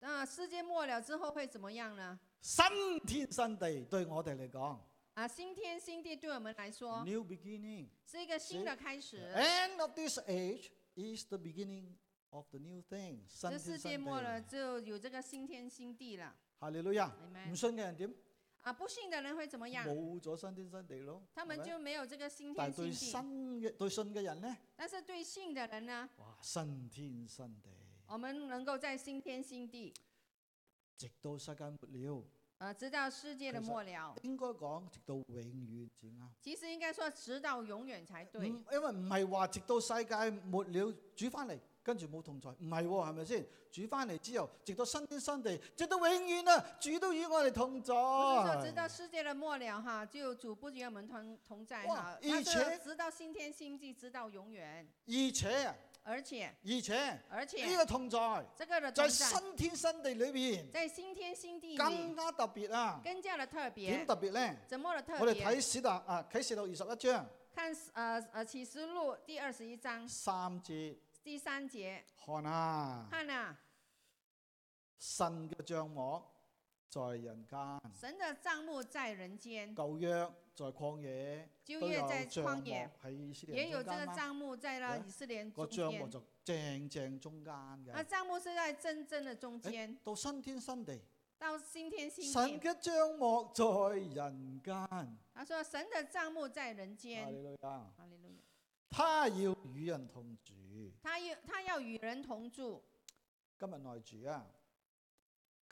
那啊世界末了之后会怎么样呢？新天新地對我哋嚟講啊，新天新地对我们来说 n e w beginning。是一个新的开始。 End of this age is the beginning of the new thing。新天这世新界末了地。就有这个新天新地了。哈利路亞！你唔们信嘅人點？啊，不信的人会怎么样？冇咗新天新地咯。他们係咪就没有这个新但天係對新新地。嘅對信嘅人咧，但是对信的人呢？哇！新天新地，我们能够在新天新地，直到世界末了，呃，直到世界的末了。應該講直到永遠至啱。其实应该说直到永远才唔对，因為唔係話直到世界末了主翻嚟，跟住冇同在，唔係喎，係咪先？主翻嚟之後，直到新天新地，直到永遠啊，主都與我哋同在。不是说直到世界的末了哈，就主不与我们同同在哇哈，但以前是直到新天新地，直到永远，而且啊而且而且啊而呢且個同在这个的哎在同在新天新地裏邊在新天新地更里加特別啊！更加的特别點，特別呢？怎么的特我哋别？睇史達啊啟示錄二十一章看呃呃启示录第二十一章三節，第三节，看啊，看啊，神嘅帳幕在人間，神的帐幕在人间，舊約在曠野旧都约有哦在帳旷幕野，喺以色列也有人中这个間啦，帐幕在了有以色列個中帳幕间。就正正中間那嘅。帐幕是在真正的中间，到新天新地，到新天新神地。嘅帳幕在人間。他说：“神的帐幕在人哈利间。路亞”哈利路亚。他要與人同住。他要他要与人同住，今日內住啊，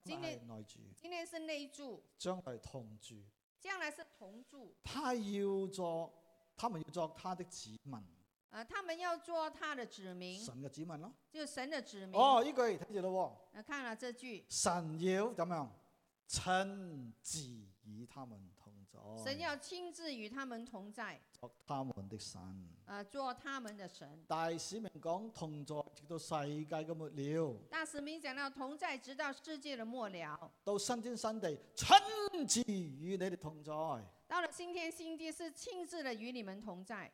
今日今日係內住，今天是内住，將來同住。将来是同住。他要作，他們要作他的子民，呃，他们要做他的子民，神嘅子民咯。就神的子民。哦，呢句睇住咯呃，看了这句喎，，神要咁樣親自與他們同神在，要亲自与他们同在，作他們的神。呃，做他们的神。大使命講同在，直到世界嘅末了，大使命讲到同在，直到世界的末了。到新天新地，親自與你哋同在。到了新天新地，是亲自的与你们同在。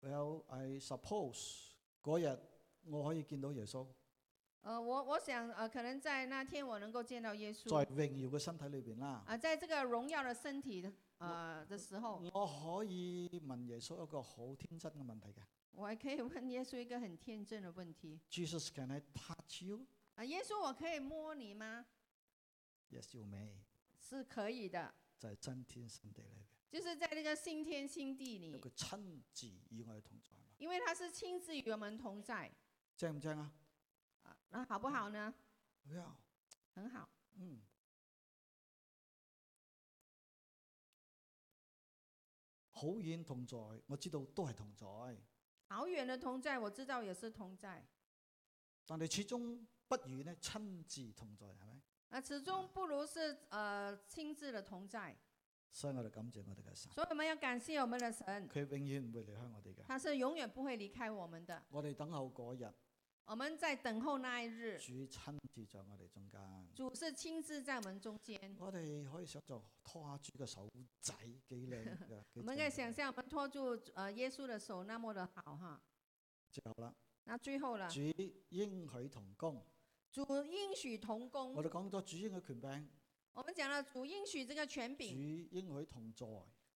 Well, I suppose 嗰日我可以見到耶穌呃，我我想，呃，可能在那天我能够见到耶在稣。榮耀嘅身體裏邊啦啊、。在这个荣耀的身体的呃的时候，我可以問耶穌一個好天真嘅問題嘅我还可以问耶稣一个很天真的问题： ：Jesus can I touch you？啊、耶稣，我可以摸你吗？ Yes, you may，是可以的，就係真天新地嚟就是在那个新天新地嘅，里，佢親自與我哋同在嘛，因为他是亲自与我们同在正唔正啊？啊，那好不好呢？ Yeah，很好。嗯。好遠同在，我知道都係同在，好远的同在，我知道也是同在，但係始終不如呢親自同在，係咪？啊，始终不如是呃亲自的同在。所以我哋感謝我哋嘅神，所以我们要感谢我们的神，佢永遠唔會離開我哋嘅。他是永远不会离开我们的。我哋等候嗰日，我们在等候那一日，主親自在我哋中間。主是亲自在我们中间。我哋可以想象拖下主嘅手仔幾靚㗎幾我们可正以想㗎象，我们拖住呃耶稣的手那么的好哈。最後啦，那最后了，主應許同工，主应许同工我，哋講咗主應許權柄，我们讲了主应许这个权主柄，應許同在，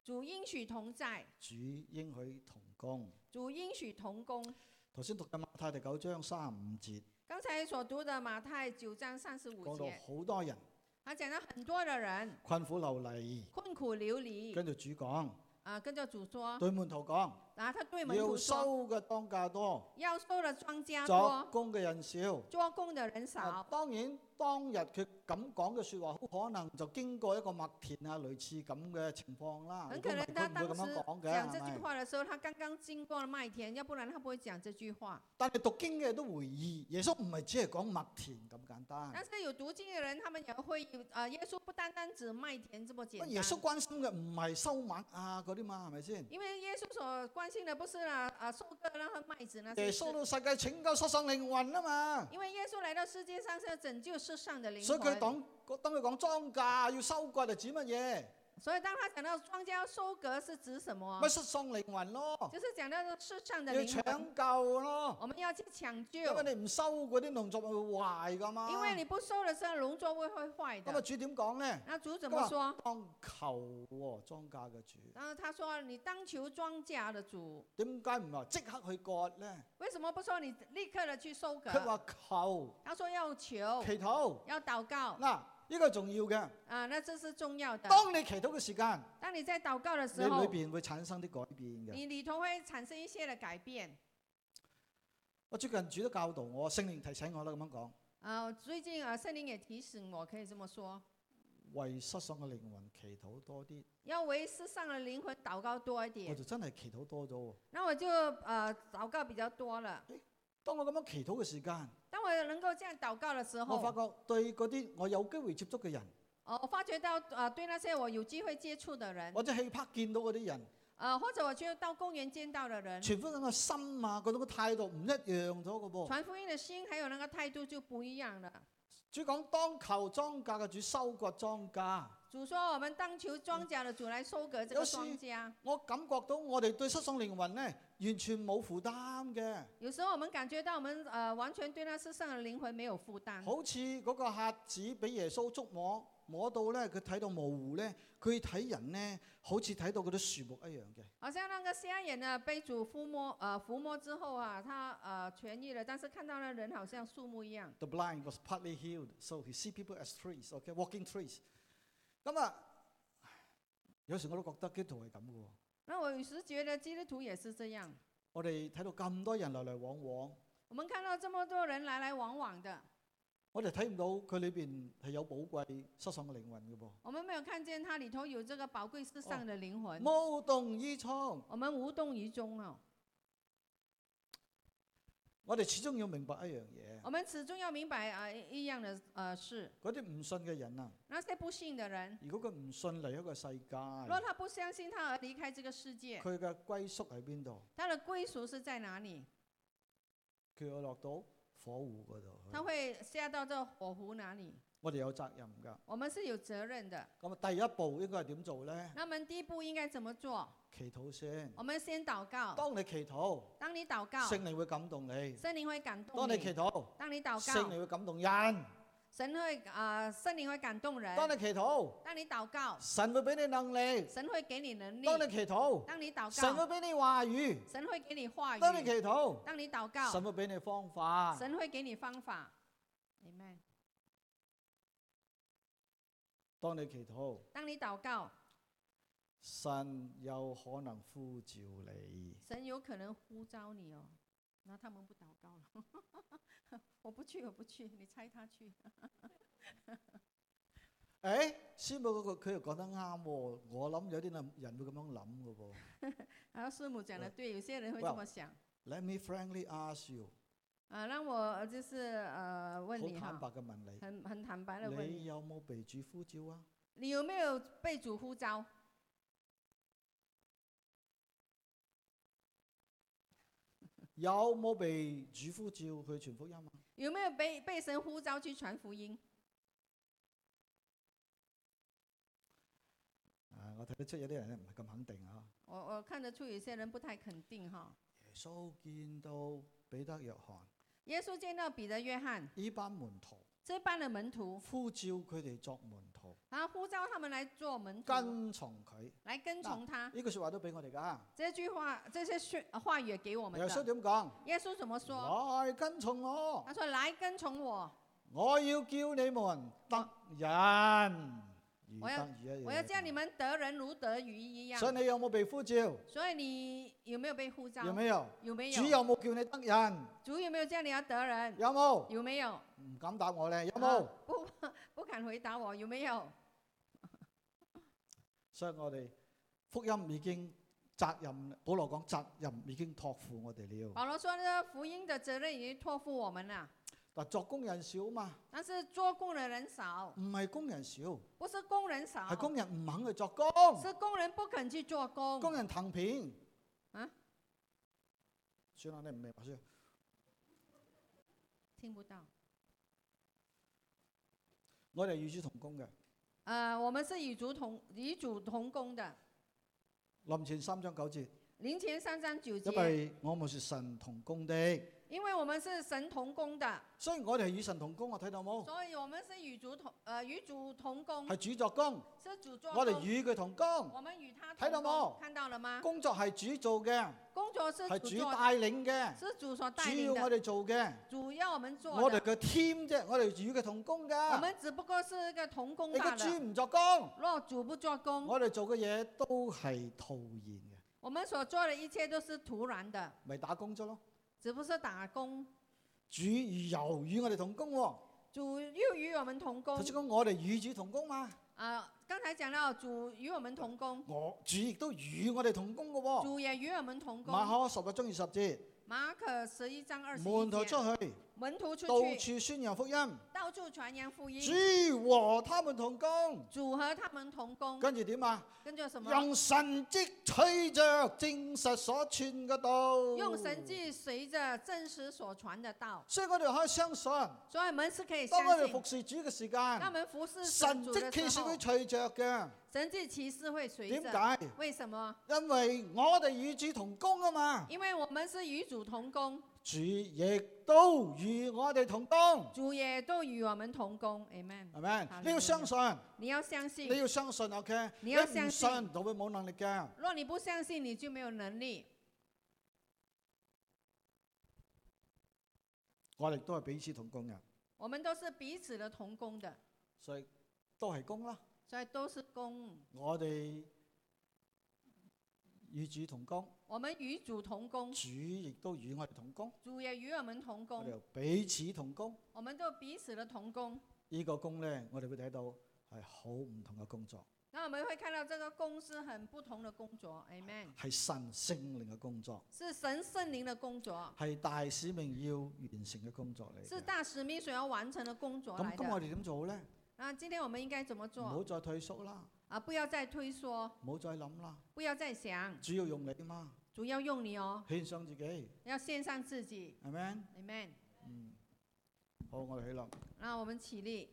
主应许同在，主應許同工。主应许同工。頭先讀嘅馬太第九章三十五節，刚才所读的马太九章三十五講到节，好多人他讲到很多的人困苦流離，困苦流离跟住主講，啊，跟着主说，對門徒講，然后他对门要徒说，收嘅莊稼多，要收的庄稼作多，工嘅人少。做工的人啊少。當然，當日佢咁講嘅説話，好可能就經過一個麥田啊，類似咁嘅情況啦。很如果可唔能係他佢唔會当咁樣时講嘅，讲这係句咪？话的时候，他刚刚经过了麦田，要不然他不会讲这句话。但係讀經嘅都回憶，耶穌唔係只係講麥田咁簡單。但是有读经的人，他们也会有呃，耶稣不单单指麦田这么简乜单。啊耶穌關心嘅唔係收麥啊嗰啲嘛，係咪先？因为耶稣所关心的不是啊啊收割那和麦子那些耶事穌到世界拯救失喪靈魂啊嘛，因为耶稣来到世界上是要拯救世上的灵所以佢魂。講當佢講莊稼要收割係指乜嘢？所以当他讲到庄稼要收割是指什么啊咪？失喪靈魂咯，就是讲到这世上的要灵魂，搶救咯，我们要去搶救因，為你唔收嗰啲農作物會壞噶嘛。因为你不收的时候，农作物会坏咁啊，的。主點講咧？那主怎么说？當求喎莊稼嘅主，然后他说：“你当求庄稼的主，點解唔話即刻去割咧？为什么不说你立刻的去收割佢？”話求他说：“要求，祈禱。要祷告嗱，呢個重要嘅。啊，那这是重要的。當你祈禱嘅時間，当你在祷告的你时裏候，邊會產生啲改變嘅。你里头会产生一些的改变。我最近主都教導我，聖靈提醒我啦，咁樣講，啊，最近啊，圣灵也提醒我，可以这么说，為失喪嘅靈魂祈禱多啲，要为世上的灵魂祷告多一我点。就真係祈禱多咗喎。那我就呃祷告比较多了。當我咁樣祈禱嘅時間，当我能够这样祷告的时我發候，覺對嗰啲我有機會接觸嘅人，呃，我发觉到呃，對那些我有機會接觸的人，或者氣魄見到嗰啲人，呃，或者我就到公園見到的人，全副咁嘅心啊，嗰種嘅態度唔一樣咗嘅噃。传福音的心还有那个态度就不一样了。主講當求莊稼嘅主收割莊稼，主说：“我们当求庄稼的主来收割这个有时庄稼。我感覺到我哋對失喪靈魂呢，完全冇負擔嘅，”有时候我们感觉到我们呃完全对那世上的灵魂没有负担，好似嗰個客子俾耶穌觸摸摸到呢，佢睇到模糊呢，佢睇人呢，好似睇到嗰啲樹木一樣嘅。好像那个瞎眼呢被主抚摸呃抚摸之后啊，他呃痊愈了，但是看到那人好像树木一样。 The blind was partly healed, so he see people as trees, okay, walking trees。咁啊，有時我都覺得基督徒係咁嘅喎。那我有时觉得基督徒也是这样，我哋睇到咁多人來來往往，我们看到这么多人来来往往的，我哋睇唔到佢裏邊係有寶貴失喪嘅靈魂嘅噃，我们没有看见它里头有这个宝贵世上的灵魂，無動於衷。我们无动于衷哦。我哋始終要明白一樣嘢，我们始终要明白啊、呃一一样的呃事，嗰啲唔信嘅人啊，那些不信的人，如果佢唔信嚟一個世界，若佢他不相信他而离开这个世界，嘅歸宿喺邊度？他的归属是在哪里？佢會落到火湖嗰他度。会下到这火湖哪里？我哋有責任㗎。我们是有责任的。咁啊，第一步應該係點做咧？那么第一步应该怎么做？祈禱先。我们先祷告。當你祈禱，当你祷告，聖靈會感動你。圣灵会感动當你你祈；禱，当你祷聖告，靈會感動人。神会啊、呃圣灵会感动人。當你祈禱，当你祷告，神會俾你能力。神会给你能力。當你祈禱，当你神祷會告，俾你話語。神会给你话语。當你祈禱，当你祷告，神會俾你方法。神会给你方法。Amen。當你祈禱，当你祷告，神有可能呼召你。神有可能呼召你哦。那他们不祷告了， 我不去，我不去，你猜他去。诶，師母嗰個佢又講得啱喎，我諗有啲人人會咁樣諗嘅喎。然后师母讲嗯的对，有些人会哇这么想。 Let me frankly ask you，啊，让我就是呃问好你坦哈白，嘅問你，很很坦白的问你你，有冇被主呼召啊？你有没有被主呼召？有冇被主呼召去傳福音啊？有没有被被神呼召去传福音？ 啊，我睇得出有啲人咧唔係咁肯定啊。我我看得出有些人不太肯定哈。耶穌見到彼得、約翰耶稣见到彼得、约翰呢班門徒，这般的门徒，呼召佢哋作門徒，然后呼召他们来做门徒，跟從佢。来跟从他。呢句説話都俾我哋㗎。这句话，这些说话语也给我们耶穌的。點講？耶稣怎么说？來跟從我。他说：“来跟从我，我要叫你们得人，如我要得魚一樣我要叫你们得人如得鱼一样。所”以你有冇被呼召？所以你有没有被呼召？有没有？有没有主有冇叫你得人？主有没有叫你要得人？有冇？有没有？唔敢答我咧，有冇啊？不不敢回答我，有没有？所以我哋福音已經責任，保羅講責任已經托付我哋了。保罗说呢，福音的责任已经托付我们了，嗱，作工人少嘛，但是做工的人少，唔係工人少，不是工人少，係工人唔肯去作工，是工人不肯去做工。工人騰片。啊？算啦，你唔明白先。听不到。我哋與主同工嘅，呃，我们是与主同与主同工的。林前三章九節，林前三章九因节，為我們是神同工的。因为我们是神同工的，所以我哋係與神同工，我睇到冇？所以我们是与主同呃与主同工，係主作工，是主做我哋工。與佢同工，我们与他睇到同工冇，看到了吗？工作係主做嘅，工作是係主主做，帶領嘅，是主所带主领要我的，哋做嘅，主要我们做我的哋。嘅 team 啫，我哋與佢同工我㗎。们只不过是一啊个童工你罢個主了。唔作工，若主不做工，我哋做嘅嘢都係徒然嘅，我们所做的一切都是徒然的，咪打工咗咯。只不过是打工。主又與我哋同工喎，主又与我们同工頭先講我哋與主同工嘛，啊、刚才讲到主与我们同工，我主亦都與我哋同工嘅喎。主也与我们同馬工。可十六章二十節，马可十一章二十門徒一节，出去，门徒出到去，處宣揚福音，到处传扬福音，主和他們同工。主和他们同工。跟住點啊？跟住什么？用神蹟取着證實所傳嘅道。用神。迹随着真实所传的道，所以我哋可以相信，當所以我们是可以我相哋服信，侍主嘅時他間，们服侍神神主蹟的其时實候會，隨着嘅。神迹奇事会随點着。解？为什么？因為我哋與主同工啊嘛，因为我们是与主同工，主亦都與我哋同工，主也都与我们同工。Amen。係咪？哈你利路亞要相信，你要相信你，要相信，OK？你要唔相信信就會冇能力嘅。若你不相信，你就没有能力。我哋都係彼此同工嘅，我们都是彼此的同工的，所以都係工啦。所以都是工。我哋與主同工，我们与主同工，主亦都與我哋同工，主也与我们同我哋工，又彼此同工。我们都彼此的同工。呢、個工呢，我哋會睇到係好唔同嘅工作，那我们会看到这个工是很不同的工作，Amen，係神聖靈嘅工作，是神圣灵的工作，係大使命要完成嘅工作嚟嘅。是大使命所要完成的工作咁来咁我的。哋點做呢？那今天我们应该怎么唔做好再退縮啦，啊？不要再推缩，唔好再諗啦，不要再想，主要用你嘛，主要用你哦，獻上自己，要献上自己係咪？ ，Amen。嗯，好，我哋起立。那我们起立，